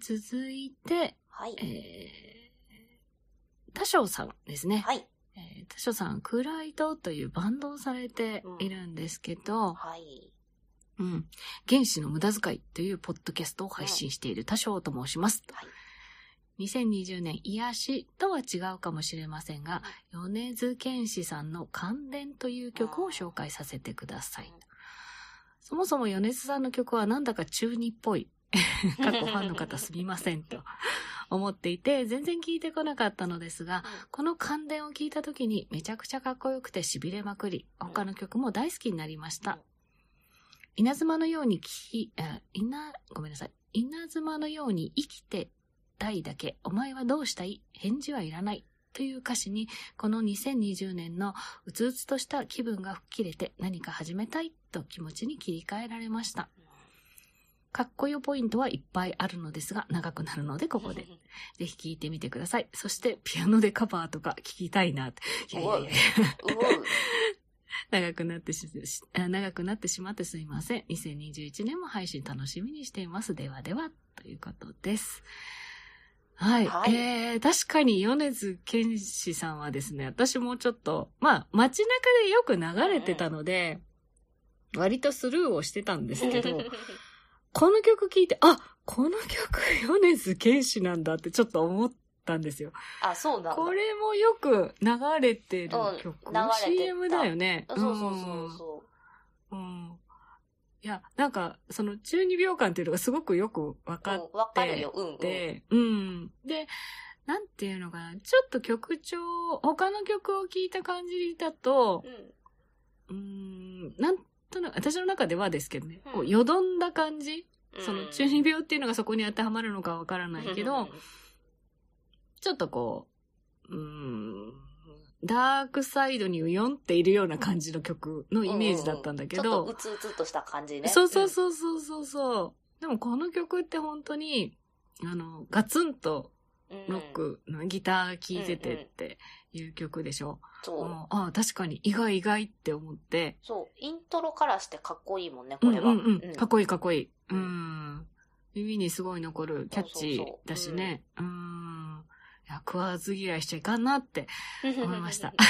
続いて、はい。えー、多少さんですね。はい。えー多少さん、クライドというバンドをされているんですけど、はい。うん。原始の無駄遣いというポッドキャストを配信している多少と申します。はい2020年、癒しとは違うかもしれませんが、米津玄師さんの関連という曲を紹介させてください。そもそも米津さんの曲はなんだか中二っぽい。過去ファンの方すみませんと思っていて、全然聞いてこなかったのですが、この関連を聞いた時にめちゃくちゃかっこよくて痺れまくり、他の曲も大好きになりました。稲妻のように聞き、あ稲、ごめんなさい。稲妻のように生きてたいだけ、お前はどうしたい返事はいらない。という歌詞に、この2020年のうつうつとした気分が吹っ切れて何か始めたいと気持ちに切り替えられました。かっこよポイントはいっぱいあるのですが、長くなるのでここ で。ぜひ聴いてみてください。そして、ピアノでカバーとか聴きたいなって。いやいやいやうお長くなってし、しあ長くなってしまってすいません。2021年も配信楽しみにしています。ではでは、ということです。はい。はいえー、確かに米津玄師さんはですね、私もちょっと、まあ、街中でよく流れてたので、割とスルーをしてたんですけ ど、この曲聴いて、あ、この曲米津玄師なんだってちょっと思ったんですよ。あ、そうなんだ。これもよく流れてるうん曲、流れてた CM だよね。あそうそうそうそうんいや、なんか、その12秒間っていうのがすごくよく分う。うかっん、わかるよ。うん、うん。て、うん、で、なんていうのかな、ちょっと曲調、他の曲を聴いた感じだとう、うん。ん、なんとなく、私の中ではですけどね、うんこう、よどんだ感じ、うんその中二病っていうのがそこに当てはまるのかわからないけど、、ちょっとこう、うーん、ダークサイドにうよんっているような感じの曲のイメージだったんだけど、うううんちょっとうつうつとした感じね。そうそうそうそうそうそう。でもこの曲って本当に、あの、ガツンとうん。うんロッ。クのギター聴いててっていう曲でしょ。そうう。んああ、確かに意外意外って思って。そう。イントロからしてかっこいいもんね、うこんれうは。んうん。かっこいいかっこいい。ううんん。耳にすごい残るキャッチそうそうそうーだしね。うん。いや、食わず嫌いしちゃいかんなって。思いました。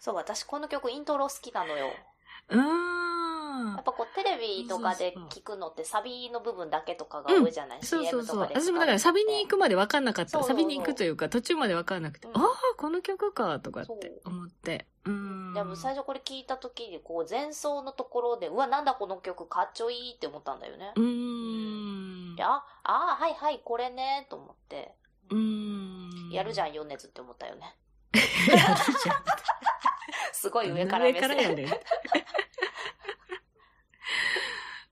そう、私この曲イントロ好きなのよ。うーんやっ。ぱこうテレビとかで聞くのってサビの部分だけとかが多いじゃない、そうそう CM とそう。かで聞くのって。私もだからサビに行くまで分かんなかっそうた。そうサそうビに行くというか途中まで分かんなくて、うんああ、この曲か、とかって思って。うーん。でも最初これ聞いた時にこう前奏のところで、うわ、なんだこの曲かっちょいいって思ったんだよね。うーんで。あ、あー、はいはい、これね、と思って。うーん。やるじゃん。ゃん、ヨネズって思ったよね。 やるじゃん。すごい上から目上からや線。ね。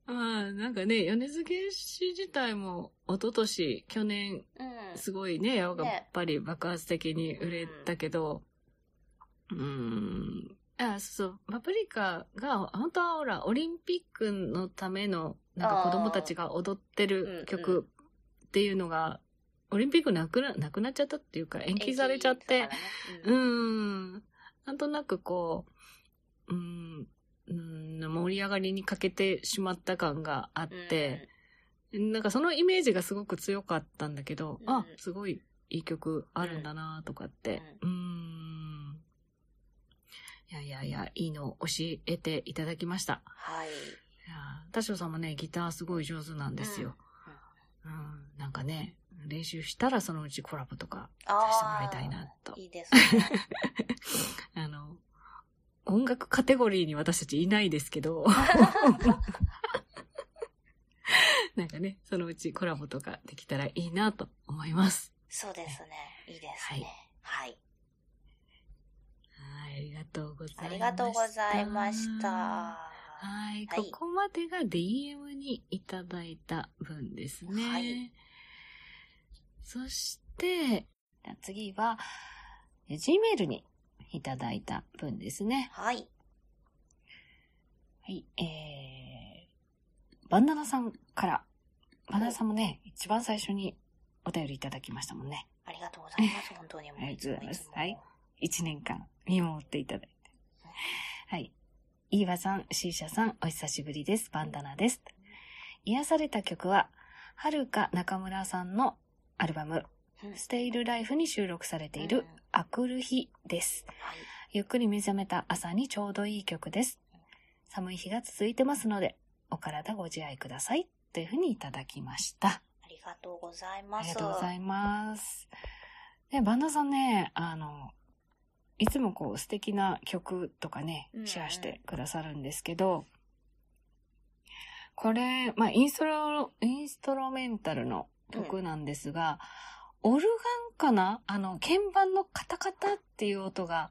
まあ、なんかね、米津玄師自体も、一昨年去年、うん。すごいね、やっねぱり爆発的に売れたけど、うーん。あ、そうそう。パプリカが、本当はほら、オリンピックのための、なんかあー子供たちが踊ってる曲っていうのが、オリンピックなくな、なくなっちゃったっていうか、延期されちゃって、ううん。ーん。なんとなくこう、うーん、うーん盛り上がりに欠けてしまった感があって、なんかそのイメージがすごく強かったんだけど、うんあ、すごいいい曲あるんだなとかって。うーん。いやいやいや、いいのを教えていただきました。はい。いやー田代さんもね、ギターすごい上手なんですよ。うん、なんかね、練習したらそのうちコラボとかさせてもらいたいなと。いいですね。あの、音楽カテゴリーに私たちいないですけ ど、なんかね、そのうちコラボとかできたらいいなと思います。そうですね。いいで すね。はい。はい、ありがとうございました。ありがとうございました。はい、はいここまでが DM にいただいた分ですね。はいそして、次は、え Gmail にいただいた分ですね。はい。はい、えー、バンダナさんから、バンダナさんもね、一番最初にお便りいただきましたもんね。ありがとうございま す。本当にもう。ありがとうございますつもつもはい一年間見守っていただいて。はい。イーワさん、シーシャさん、お久しぶりです。バンダナです。癒された曲は、はるか中村さんのアルバム、うんステイルライフに収録されていうんる、あくる日です。はいゆっくり目覚めた朝にちょうどいい曲です。寒い日が続いてますので、お体ご自愛ください。というふうにいただきました。ありがとうございあます。りがとうございます。ね、バンダさんね、あの、いつもこう素敵な曲とかねうんう、んシェアしてくださるんですけど、これ、まあ、インストロ、インストロメンタルの曲なんですが、オルガンかなあの、鍵盤のカタカタっていう音が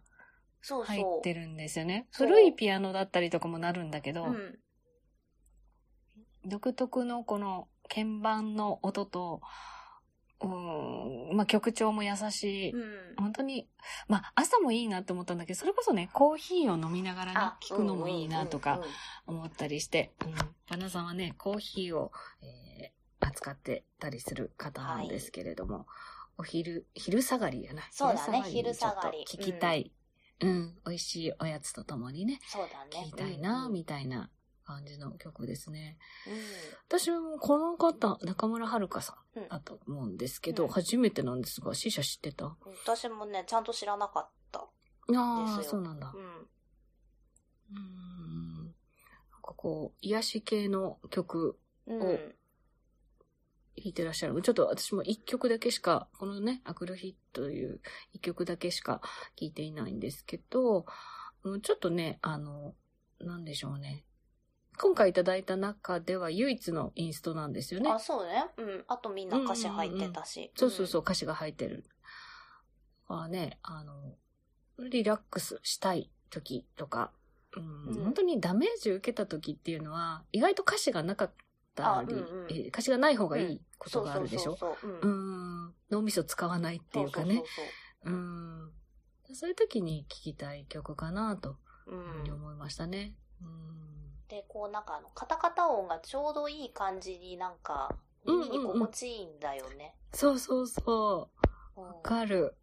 そう入そっう。てるんですよね。そう古いピアノだったりとかもなるんだけど、うん。独特のこの鍵盤の音と、うーん、まあ、曲調も優しい、うん。本当に、まあ、朝もいいなと思ったんだけど、それこそね、コーヒーを飲みながらねあ、聞くのもいいなとうんかうんうん思ったりして、うん。バナさんはね、コーヒーを、えー扱ってたりする方なんですけれども、お昼、昼下がりやな。そうだねにちょっと昼下がり聞きたい、うん。美味しいおやつとともにね、そうだ聞ね。きたいな、うんみたいな感じの曲ですね。う私もこの方、中村遥さうんんだと思うんですけど、うん初めてなんですが、死者知ってたあん。私もね、ちゃんと知らなかった。あでー、すよそうなんだう。ん。うーん。なんかこう、癒し系の曲うん。弾いてらっしゃる。ちょっと私も一曲だけしか、このね、アクルヒという一曲だけしか聴いていないんですけど、うんちょっとね、あの、なんでしょうね。今回いただいた中では唯一のインストなんですよね。あ、そうね。うん。あとみんな歌詞入ってたし。そうそうそう、歌詞が入ってる。あね、あの、リラックスしたい時とか、うんうん本当にダメージ受けた時っていうのは、意外と歌詞がなかったり、あうんうんえ歌詞がない方がいいことがあるでしょそうそうそううそう。ん、脳みそ使わないっていうかそねう。そううんそういう時に聴きたい曲かなとそういうふううにん。思いましたね。うんで、こうなんかあの、カタカタ音がちょうどいい感じになんか、耳に心地いいんだよね。そうそうそう、うんわかる。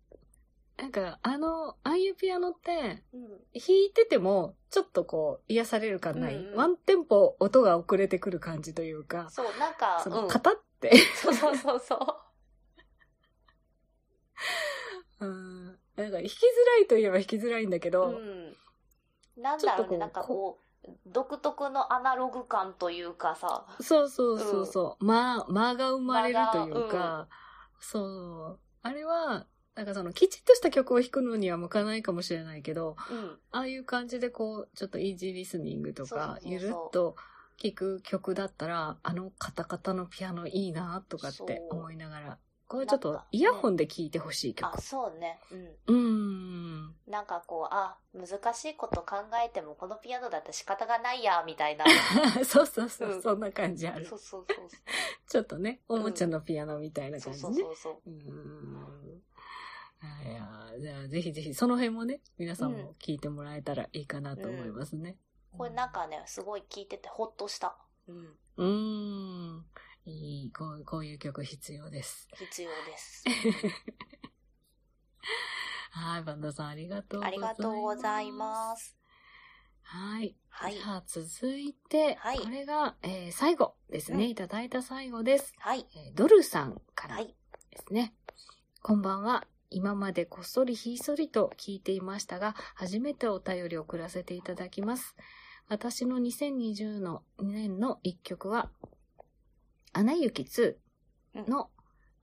なんか、あの、ああいうピアノって、うん。弾いてても、ちょっとこう、癒される感ない、うんうんワンテンポ音が遅れてくる感じというか、そう、なんか、そうの、ん。カタって、 そうそうそうそう。うん、なんか弾きづらいといえば弾きづらいんだけど、うん、なんだろうね、ちょなんっとこうかこう、独特のアナログ感というかさ、そうそうそうそう、間、間が生まれるという間がか、そう、あれは、なんかその、きちっとした曲を弾くのには向かないかもしれないけど、うん、ああいう感じでこう、ちょっとイージーリスニングとか、そうそうそうゆるっと聴く曲だったら、あのカタカタのピアノいいなとかってそう思いながら、これちょっなんとかイヤホンで聴いてほしい曲。あ、そうね、ううーん。 ん、なんかこう、あ、難しいこと考えてもこのピアノだって仕方がないや、み たいな。そうそうそう、うんそんな感じあるそ。うそうそうちょっとね、おもちゃのピアノみたいなそう。感じそうね。そうそう。うーん。いやーじゃあぜひぜひその辺もね、皆さんも聞いてもらえたらいいかなと思いますね。これなんかね、すごい聞いててほっとした。うん、うーん。いい、こうこういう曲必要です。必要です。はい、バンダさんありがとうござあいります。がとうございま。す。はい。はいじ、ゃあ続いて、はいこれが、えー最後ですね、うんいただいた最後です、はい、えードルさんからはでい、すね。こんばんは。今までこっそりひいそりと聞いていましたが、初めてお便りを送らせていただきます。私の2020の年の一曲は、アナ雪2の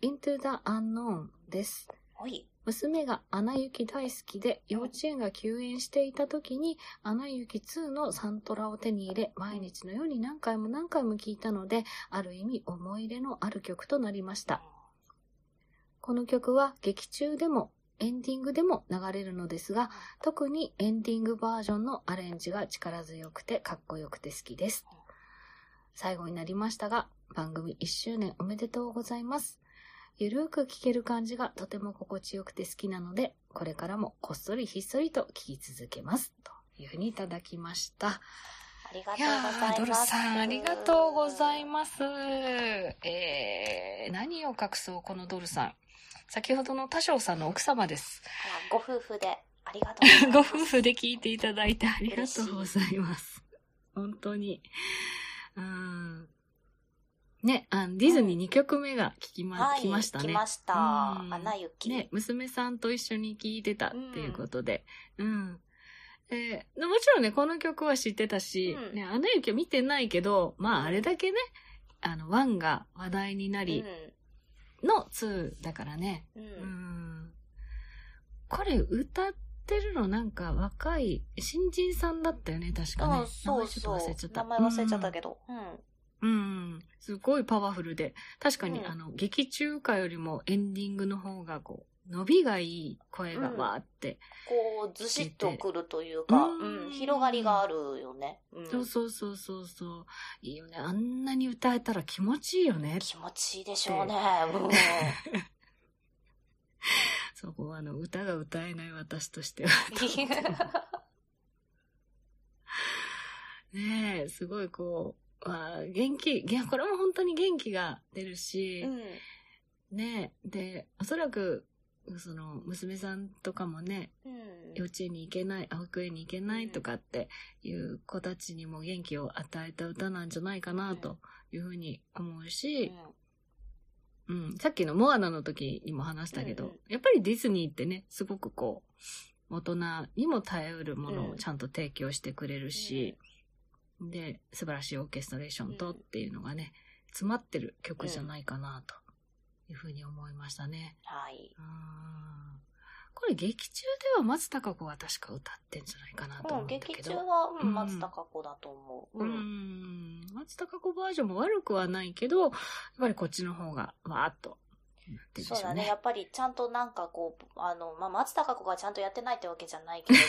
Into the Unknown です。はい、娘がアナ雪大好きで、幼稚園が休園していた時に、アナ雪2のサントラを手に入れ、毎日のように何回も何回も聴いたので、ある意味思い入れのある曲となりました。この曲は劇中でもエンディングでも流れるのですが、特にエンディングバージョンのアレンジが力強くてかっこよくて好きです。最後になりましたが、番組1周年おめでとうございます。ゆるーく聴ける感じがとても心地よくて好きなので、これからもこっそりひっそりと聴き続けます。というふうにいただきました。ありがいとうやございまーす。ドルさん、ありがとうございます。えー、何を隠そう、このドルさん。先ほどの多少さんの奥様です。あご夫婦で、ありがとうございます。 ご夫婦で聞いていただいてありがとうございます。本当に。うん。ね、あのディズニー2曲目が聞きま、はい、来ました来ね。ました。うんアナ雪。ね、娘さんと一緒に聴いてたっていうことで。うん。えーでもちろんね、この曲は知ってたし、うんね、アナ雪は見てないけど、まああれだけね、あの、ワンが話題になうり、のツーだからね。ん。うんうん。これ歌ってるのなんか若い新人さんだったよね、確かね。うん、そうそう名前ちょっと忘れちゃっ。た。名前忘れちゃったけど。うん。うん。うん。すごいパワフルで。確かに、うんあの、劇中歌よりもエンディングの方がこう、伸びがいい声がうんわーって。こう、ずしっとくるというか、うんうん、広がりがあるよね。うんそうそうそうそうそう。いいよね。あんなに歌えたら気持ちいいよね。気持ちいいでしょうね。 うんそこはあの、歌が歌えない私としては。 ねえ、すごいこう、わあ元気、いや、これも本当に元気が出るし、うんねえ、で、おそらく、その、娘さんとかもね、うん幼稚園に行けない、保育園に行けないとかっていう子たちにも元気を与えた歌なんじゃないかなというふうに思うし、うん、さっきのモアナの時にも話したけど、うんうんやっぱりディズニーってね、すごくこう、大人にも耐えうるものをちゃんと提供してくれるし、で、素晴らしいオーケストレーションとっていうのがね、詰まってる曲じゃないかなというふうに思いましたね。はい。うーんこれ劇中では松たか子が確か歌ってんじゃないかなとう、思うんんだ劇け中ど。は、ううんん、松たか子だと思う。うーん、松たか子バージョンも悪くはないけど、やっぱりこっちの方がわーっとなってるでそうしょだうね。ねや。っぱりちゃんとなんかこう、あの、まあ、松たか子がちゃんとやってないってわけじゃないけれ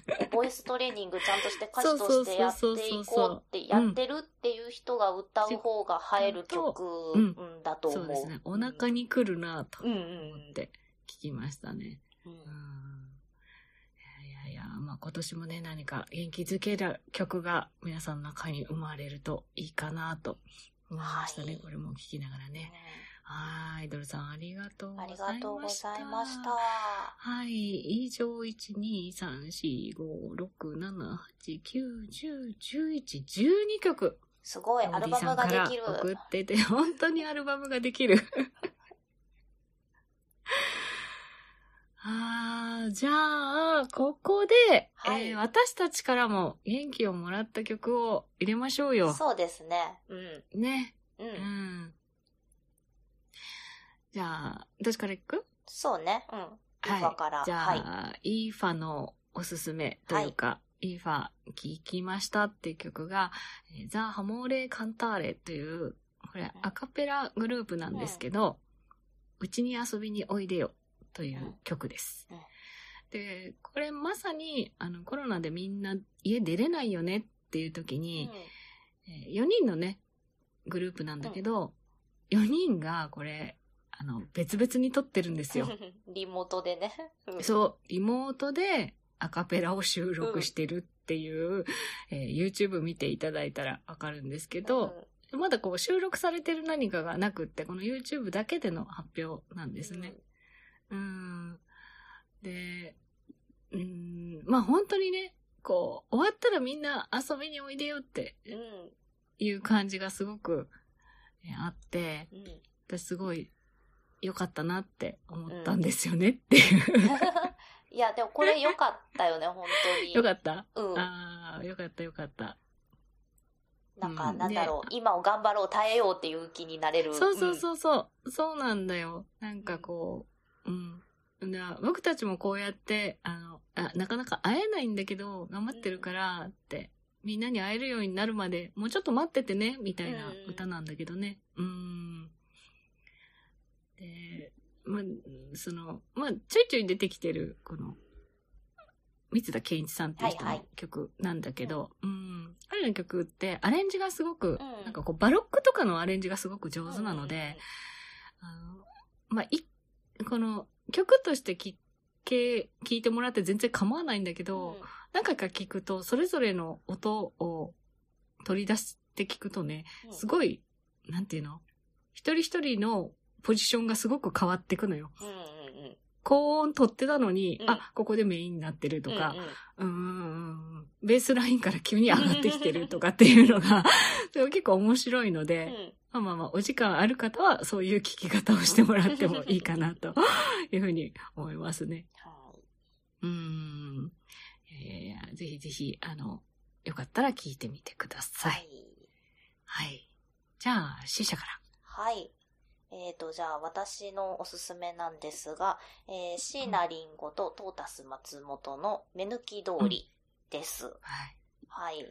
ども、ボイストレーニングちゃんとして歌手としてやっていこうって、やってるっていう人が歌う方が映える曲うんうんだと思う。そうですね。お腹に来るなとうん思うんって聞きましたね。うん。うーんいやいやいや、まあ今年もね、何か元気づける曲が皆さんの中に生まれるといいかなと思いましたね。はいこれも聞きながらね。はーい、ドルさんありがとうござあいましりた。がとうございました。はい、以上、1、2、3、4、5、6、7、8、9、10、11、12曲。すごい、アルバムができるお。じさんから送ってて、本当にアルバムができる。 あーじゃあ、ここで、はいえー私たちからも元気をもらった曲を入れましょうよ。そうですね。うん。ね。う。うんん。じゃあ、私からいくそうね。うん。はい今から。じゃあ、はい。イーファのおすすめというか、イーファ聴きましたっていう曲が、えーザ・ハモーレ・カンターレという、これアカペラグループなんですけど、うち、に遊びにおいでよという曲です。うんうんで、これまさにあのコロナでみんな家出れないよねっていう時に、え4人のね、グループなんだけど、4人がこれ、あの、別々に撮ってるんですよ。うん、 リモートでね。うんそう、リモートでアカペラを収録してるっていう、えー YouTube 見ていただいたらわかるんですけど、まだこう収録されてる何かがなくって、この YouTube だけでの発表なんうんですね。うん。で、うん、まあ本当にね、こう、終わったらみんな遊びにおいでよってうん。うんいう感じがすごくえーあって、うん 私すごい良かったなって思ったんですよねっていう。いや、でもこれ良かったよね、本当 に。よかったうん。ああ、よかったよかった。なんか、なんだろう、今を頑張ろう、耐えようっていう気になれる。そうそうそうそう、そうなんだよ。なんかこう、うん。な僕たちもこうやって、あのあ、なかなか会えないんだけど、頑張ってるからって、みんなに会えるようになるまで、もうちょっと待っててね、みたいなうん歌なんだけどね。うん。で、まあ、その、まあ、ちょいちょい出てきてる、この、三田健一さんっていう人はいのはい曲なんだけど、うん。彼の曲ってアレンジがすごく、うんなんかこう、バロックとかのアレンジがすごく上うん。手なので、あの、まあ、い、この曲として聴け、聴いてもらって全然構わないんだけうん、ど、何回か聴くと、それぞれの音を取り出して聴くとね、うんすごい、なんていうの一人一人のポジションがすごく変わってくのよ。うんうんうん。高音取ってたのに、うんあ、ここでメインになってるとかうん、うんうんうんうん、 ベースラインから急に上がってきてるとかっていうのが、でも結構面白いので、うんまあまあまあ、お時間ある方はそういう聞き方をしてもらってもいいかなと いうふうに思いますね。はい。うーん。えー、ぜひぜひ、あの、よかったら聞いてみてください。はい。じゃあ、C 社から。はい。えー、と、じゃあ、私のおすすめなんですが、えー、椎名林檎とトータス松本の目抜き通りです。はい。はい。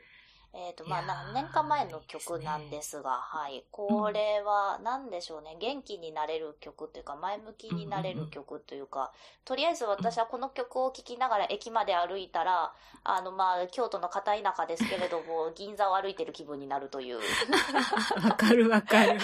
えっ、と、まあ、いやー何年か前の曲なんですが、はい。これは、何でしょうね。元気になれる曲というか、前向きになれる曲というか、とりあえず私はこの曲を聴きながら駅まで歩いたら、あの、まあ、京都の片田舎ですけれど も、銀座を歩いてる気分になるという。 わかるわかる。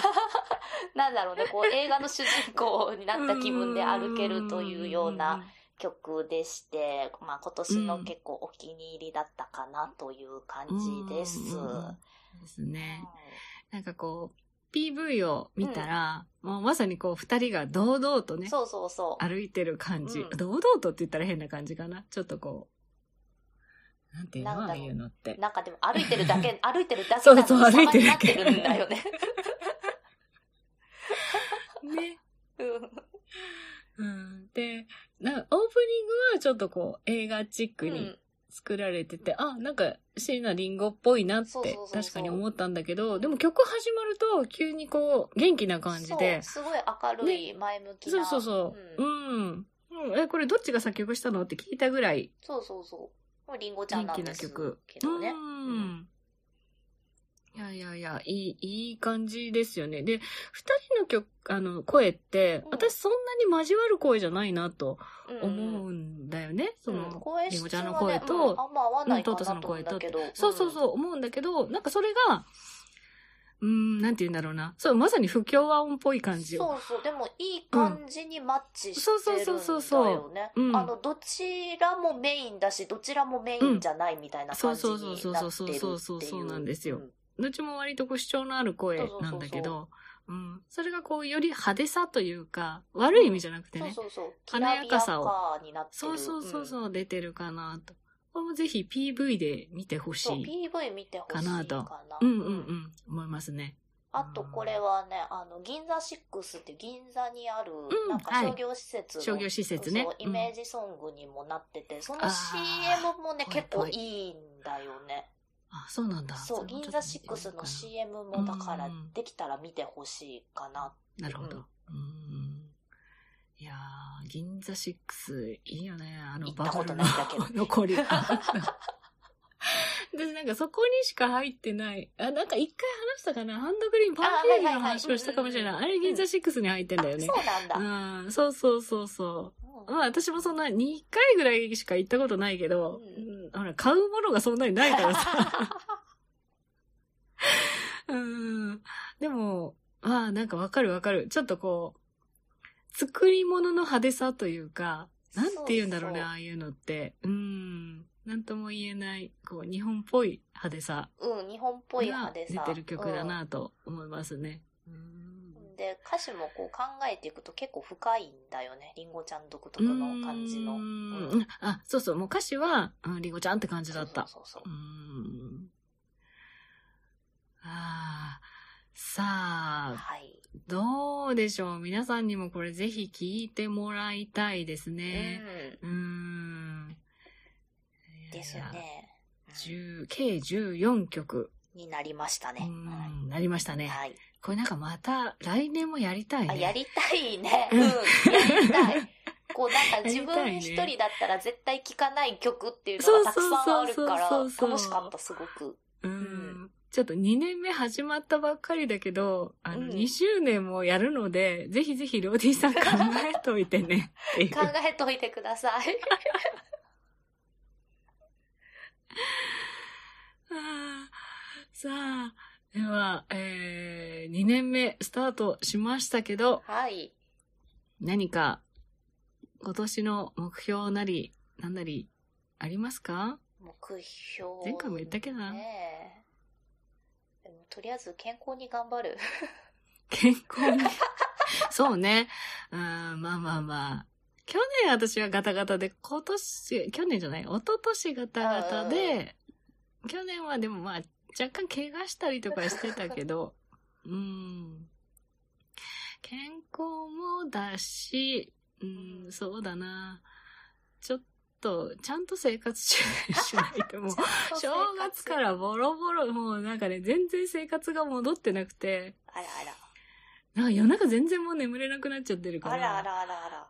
なんだろうね、こう映画の主人公になった気分で歩けるというような曲でして、まあ今年の結構お気に入りだったかなという感じです。うんうんうんですね。なんかこう、PV を見たら、もうまさにこう、二人が堂々とうんね、そうそうそう。歩いてる感じ、うん堂々とって言ったら変な感じかな。ちょっとこう、なんていうなんのだああろういうのって。なんかでも歩いてる だけ、歩いてるだけなのにそうそう歩い様てにるなだっけてるんだよね。ね。うんうん。で、なオープニングはちょっとこう、映画チックに作られてて、あ、なんか、椎名林檎っぽいなっそうそうてそう、そう確かに思ったんだけど、でも曲始まると、急にこう、元気な感じそでう、すごい明るい前向きな。そうそうそう、うん。うん、え、これどっちが作曲したのって聞いたぐらいそうそうそう。もうリンゴちゃん元なん気でなす曲。けどねう。ん。いやいやいや、いい、いい感じですよね。で、二人の曲、あの、声ってうん、私そんなに交わる声じゃないなとうん思うんだよね。そうんの、リ声ン質ゴはちゃんのね声とうんあんま合わないかうんトータスなのと思声うんとだけど。そうそうそう、思うんだけど、なんかそれが、うーん、なんて言うんだろうな。そう、まさに不協和音っぽい感じを。そうそう、でもいい感じにマッチしてそうそうるんだそうそうそうよねう。んあの、どちらもメインだし、どちらもメインじゃないみたいな感じになってるっていう。うんそうそうそうそうそうそうそうなんですよんどっちも割とこう主張のある声なんだけど、うん。それがこう、より派手さというか、悪い意味じゃなくてそうね。そうそう。き華らやびかやさをかになってそうる。そうそううん。そう、出てるかなと。これもぜひ PV で見てほしそう、い。 PV 見てほしいかなかな。とうんうんうん、思いますね。あとこれはね、あの、銀座6っていう銀座にあるん、なんか商業施設の、商業施設ねそう。イメージソングにもなってて、その CM もね、あー結構ぽいいぽいんだよね。あ、そうなんだ。そう、れも銀ちょっ座と見てみようか6のな CM もだからうん、できたら見てほしいかな。なるほど。ううんん。いやー、銀座6、いいよね。あの、行っバたブことルなのいんだけど残り。 で、なんかそこにしか入ってない。あ、なんか一回話したかなハンドクリーム、パンケーキの話をしたかもしれない。ああ,、はいはいはいうんうれん銀座6に入ってんあ、だよね。そうなんだ。うん、そうそうそうそう。まあ私もそんな2回ぐらいしか行ったことないけど、ううんほら、買うものがそんなにないから さ。うん。でも、まあなんかわかるわかる。ちょっとこう、作り物の派手さというか、なんて言うんだろうね、そうそあうあいうのって。うん。なんとも言えない、こう、日本っぽい派手さうん、日本っぽいが派出手さ。てる曲だなと思いますね。うんうん。で、歌詞もこう考えていくと結構深いんだよね。りんごちゃん独特の感じの。うーんうんあ、そうそう、もう歌詞は、うん、リンゴちゃんって感じだった。そうそうそううーん。ああ、さそう。あ、はい。どうでしょう皆さんにもこれぜひ聞いてもらいたいですね。ううーん。ん。ですいやいや。ね。 10計14曲、になりましたうーね。はん、なりましたいね。はい。これなんかまた来年もやりたいね。あ、やりたい ね。うん。やりたい。こうなんか自やりたい分ね一人だったら絶対聴かない曲っていうのがたくさんあるから、そうそうそうそうそう楽しかった、すごく。うんんちょっと2年目始まったばっかりだけど、あの、うん2周年もやるので、ぜひぜひローディーさん考えといて ね。っていう考えといてください。あーさあ、では、えー、2年目スタートしましたけど、はい。何か今年の目標なり、なんなり、ありますか目標、ね。前回も言ったけどなでもとりあえず健康に頑張る。。健康に。 そうね。うん、まあまあまあ。去年私はガタガタで、今年、去年じゃない、一昨年ガタガタで、去年はでもまあ、若干怪我したりとかしてたけど、 うん。健康もだし、うん、そうだな。ちょっと、ちゃんと生活しないと もう、正月かららボロボロ、もうなんかね、全然生活が戻ってなくて、あらあら。なんか夜中全然もう眠れなくなっちゃってるから。あらあらあらあら。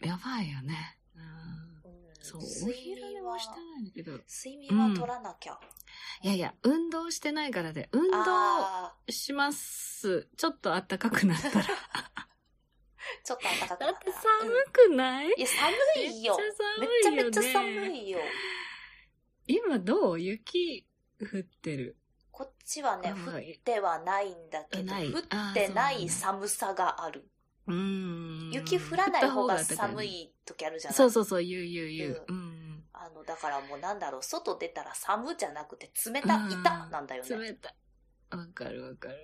やばいよね。うん。うんそう、お睡昼寝眠もはしてないんだけど。い睡眠は取らなきゃ。やいや、運動してないからで、運動あします。ちょっと暖かくなったら。 ーちょっと暖かくだなっったてら。寒うんくない、いや、寒いよ。めっちゃめめっっちちゃゃ寒いよ、ね。寒いよ。今どう雪降ってる。こっちはね、うん降ってはないんだけど、ない降ってないあーそう寒さがある。うーん。雪降らない方が寒降っい時あるじたゃ方が暖かいね。ないそうそうそう、言う言う言う。うん。あの、だからもうなんだろう、外出たら寒じゃなくて冷た、うんいたなんだよね。冷たい。わかるわかる。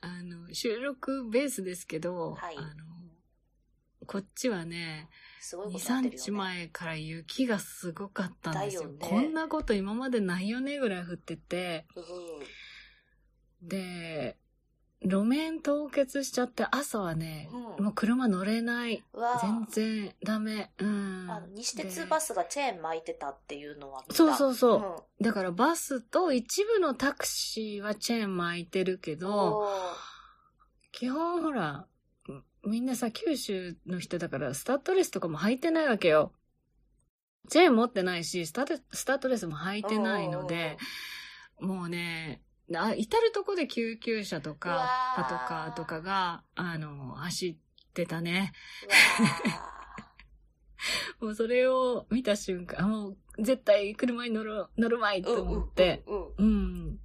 あの、収録ベースですけど、はいあの、こっちはね、すごい2、ことになって3る日よね。前から雪がすごかったんですよ。だよねこんなこと今までないよねぐらい降ってて、うんで、路面凍結しちゃって朝はね、うんもう車乗れない。うわ全ー然ダメ。うん。あの西鉄バス。スがチェーン巻いてたっていうのは見たそうそうそう。んだからバスと一部のタクシーはチェーン巻いてるけど、おー基本ほら、みんなさ、九州の人だからスタッドレスとかも履いてないわけよ。チェーン持ってないし、スタッドスタッドレスも履いてないので、もうね、あ至るとこで救急車とうわか、ーパトカーとかが、あの、走ってたね。うもわうそれを見た瞬間、もう絶対車に乗る、乗るまいーと思って、うんうんうん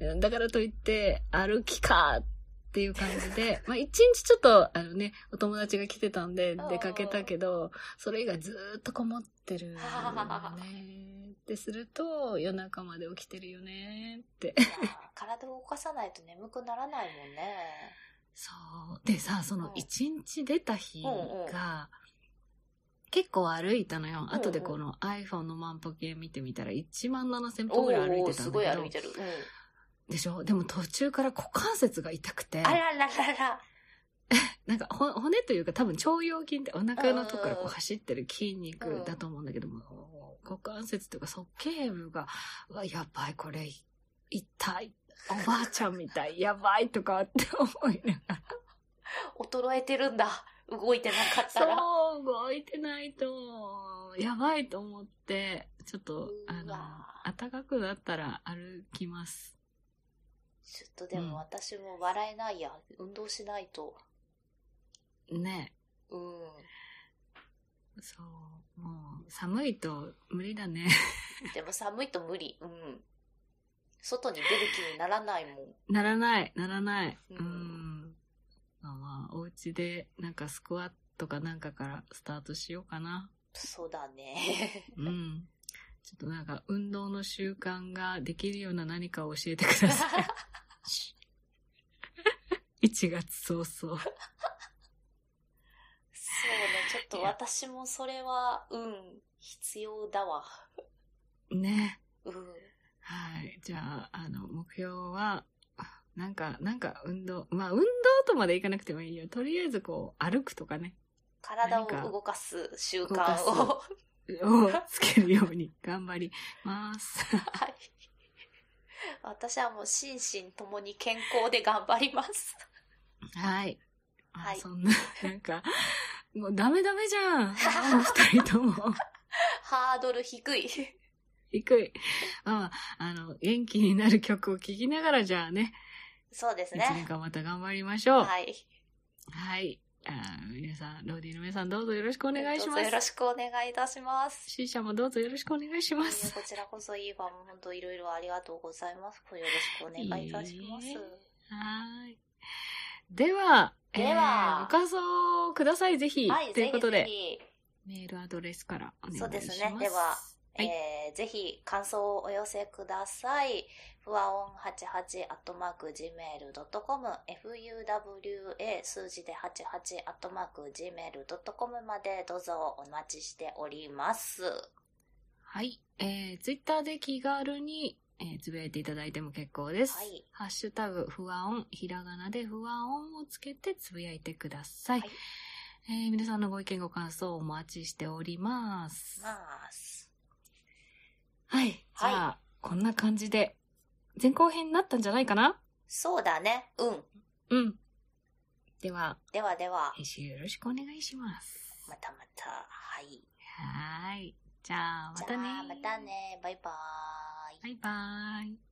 うんうん。だからといって、歩きかっていう感じで、 まあ一日ちょっと、あのね、お友達が来てたんでうん出かけたけど、それ以外ずーっとこもって るよね。ってすると、夜中まで起きてるよねって。いやー体を動かさないと眠くならないもんね。そう。でさ、その一日出た日うんうんが、結構歩いたのよ。うん後でこの iPhone の万歩計見てみたら1万7000歩ぐらい歩いてたすんだごいけ歩どい。てる。うんでしょでも途中から股関節が痛くて。あらららら。なんかほ骨というか多分腸腰筋ってお腹のとこからうんこうんううん走ってる筋肉だと思うんだけども、股関節とか側頸部が、うわ、やばい、これ、痛い、おばあちゃんみたい、やばいとかって思いながら。衰えてるんだ。動いてなかったら。そう、動いてないと、やばいと思って、ちょっと、あうのわ、暖かくなったら歩きます。ちょっとでうんも私も笑えないや。運動しないと。ね。うん。そう、もう、寒いと無理だね。でも寒いと無理。うん。外に出る気にならないもん。ならない、ならない。ううんん。まあまあ、お家で、なんかスクワットかなんかからスタートしようかな。そうだね。うん。ちょっとなんか、運動の習慣ができるような何かを教えてくだ さい。1月早々。そうね、ちょっいとや私もそれは、うん、必要だわ。ね。うん。はい。じゃあ、あの、目標は、なんか、なんか運動。まあ、運動とまでいかなくてもいいよ。とりあえずこう、歩くとかね。体何かを動かす習動か慣すを。をつけるように頑張ります。はい。私はもう心身ともに健康で頑張ります。はい。あはいそんな、 なんか、もうダメダメじゃん。あの二人とも。 ハードル低い。低い。まあ、あの、元気になる曲を聴きながら、じゃあね、そうです一年ね。間また頑張りましょう。はい。はい。あー皆さん、ローディーの皆さん、どうぞよろしくお願いしどうまぞよろす。しくお願いいたします。 C 社もどうぞよろしくお願いしまいやす。こちらこそいいわ。もう本当いろいろありがとうございます。よろしくお願いいたします。いいえはーい。では、ではえーご感想をください、ぜひ。はい、ということで、ぜひぜメールアドレスからお願いしまそうす。ですねでははひ、いえーぜひ感想をお寄せください。ふわおん88アットマーク Gmail.com fuwa 数字で88アットマーク Gmail.com までどうぞお待ちしております。はい。えー、ツイッターで気軽に、ええーつぶやいていただいても結構です。はいハッシュタグ、不和音、ひらがなで不和音をつけてつぶやいてください。はいえー皆さんのご意見ご感想をお待ちしております。ます。はい。じゃあ、こんな感じで、前後編になったんじゃないかなそうだね。うん。うん。では、ではでは、編集よろしくお願いします。またまた。はい。はーい。じゃあ、まじたねゃあ、またね。バイバーイ。バイバーイ。